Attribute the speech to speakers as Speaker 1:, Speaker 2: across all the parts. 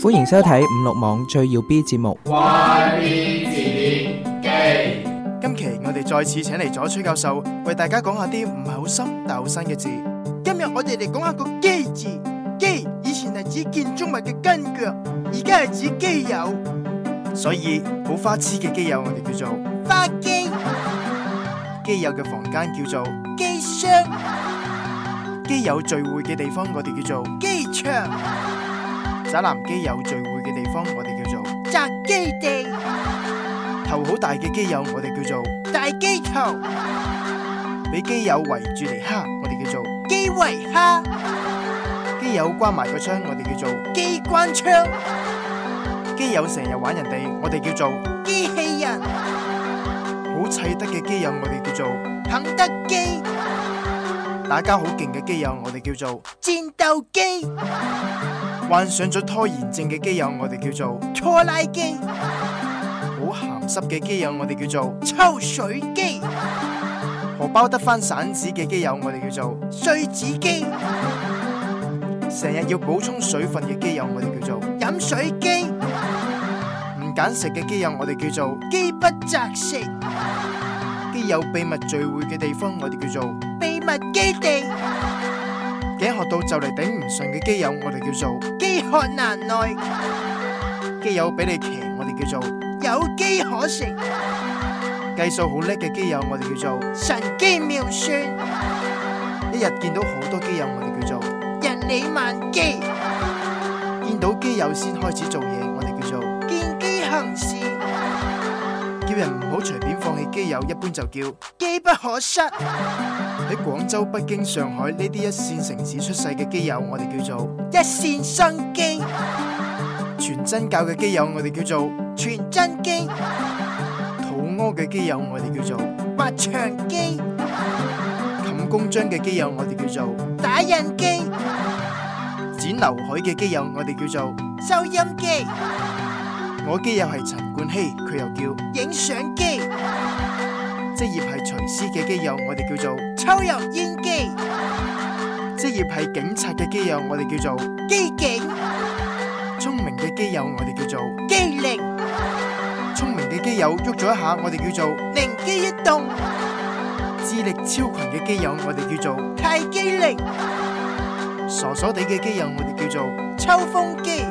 Speaker 1: 歡迎收睇五六網最耀 B 節目。
Speaker 2: 今期我哋再次請嚟咗崔教授，為大家講下啲唔係好深但好新嘅字。今日我哋嚟講下個基字，基以前係指建築物嘅根腳，而家係指基友，所以好花痴嘅基友我哋叫做花基，基友嘅房間叫做基箱，基友聚會嘅地方我哋叫做基場，宅男基友聚會嘅地方我哋叫做宅基地。頭好大嘅基友，我哋叫做大基頭；俾基友圍住嚟蝦，我哋叫做基圍蝦；基友關埋個窗，我哋叫做基關窗；基友成日玩人哋，我哋叫做機器人；好砌得嘅基友，我哋叫做肯德基；打交好勁嘅基友，我哋叫做戰鬥機；患上咗拖延症嘅基友，我哋叫做拖拉機。好鹹濕嘅基友，我哋叫做抽水機；荷包得翻散紙嘅基友，我哋叫做碎紙機；成日要補充水分嘅基友，我哋叫做飲水機；唔揀食嘅基友，我哋叫做飢不擇食；基友秘密聚會嘅地方，我哋叫做秘密基地；頸渴到就嚟頂唔順嘅基友，我哋叫做飢渴難耐；基友俾你騎，我哋叫做。有機可乘。計數好叻嘅基友，我哋叫做神機妙算。一日見到好多基友，我哋叫做人理萬機。見到基友先開始做嘢，我哋叫做見機行事。叫人唔好隨便放棄基友，一般就叫機不可失。喺廣州、北京、上海呢啲一線城市出世嘅基友，我哋叫做一線生機。全真教嘅基友，我哋叫做全真基；肚屙嘅基友，我哋叫做滑翔機；冚公章嘅基友，我哋叫做打印機；剪劉海嘅基友，我哋叫做收音機。我基友係陳冠希，佢又叫影相機。職業係廚師嘅基友，我哋叫做抽油煙機；職業係警察嘅基友，我哋叫做機警。聰明嘅基友，我哋叫做機靈；聰明嘅基友喐咗一下，我哋叫做靈機一動；智力超群嘅基友，我哋叫做太機靈；傻傻地嘅基友，我哋叫做抽風機；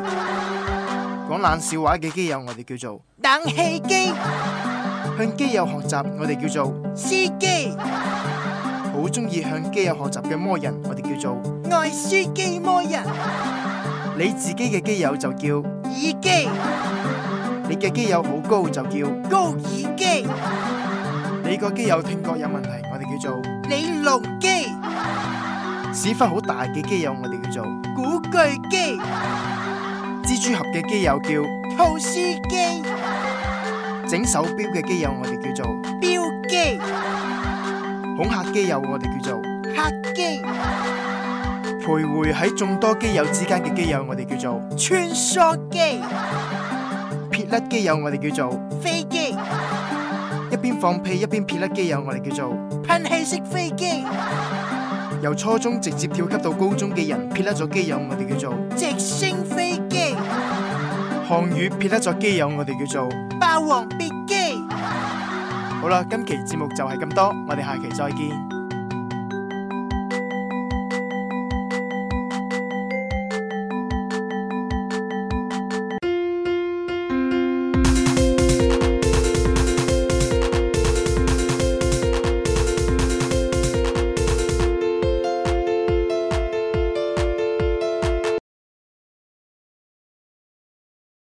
Speaker 2: 講冷笑話嘅基友，我哋叫做冷氣機；向基友學習，我哋叫做司機；好中意向基友學習嘅魔人，我哋叫做愛司機魔人。你自己嘅基友就叫耳機，你嘅基友好高就叫高耳機，你個基友聽覺有問題，我哋叫做你聾機，屎忽好大嘅基友我哋叫做古巨基，蜘蛛俠嘅基友叫兔司機，整手錶嘅基友我哋叫做錶機，恐嚇基友我哋叫做客機。徘徊喺眾多基友之間嘅基友，我哋叫做穿梭機；撇甩基友，我哋叫做飛機；一邊放屁一邊撇甩基友，我哋叫做噴氣式飛機；由初中直接跳級到高中嘅人，撇甩咗基友，我哋叫做直升飛機；項羽撇甩咗基友，我哋叫做霸王別姬。好啦，今期節目就係咁多，我哋下期再見。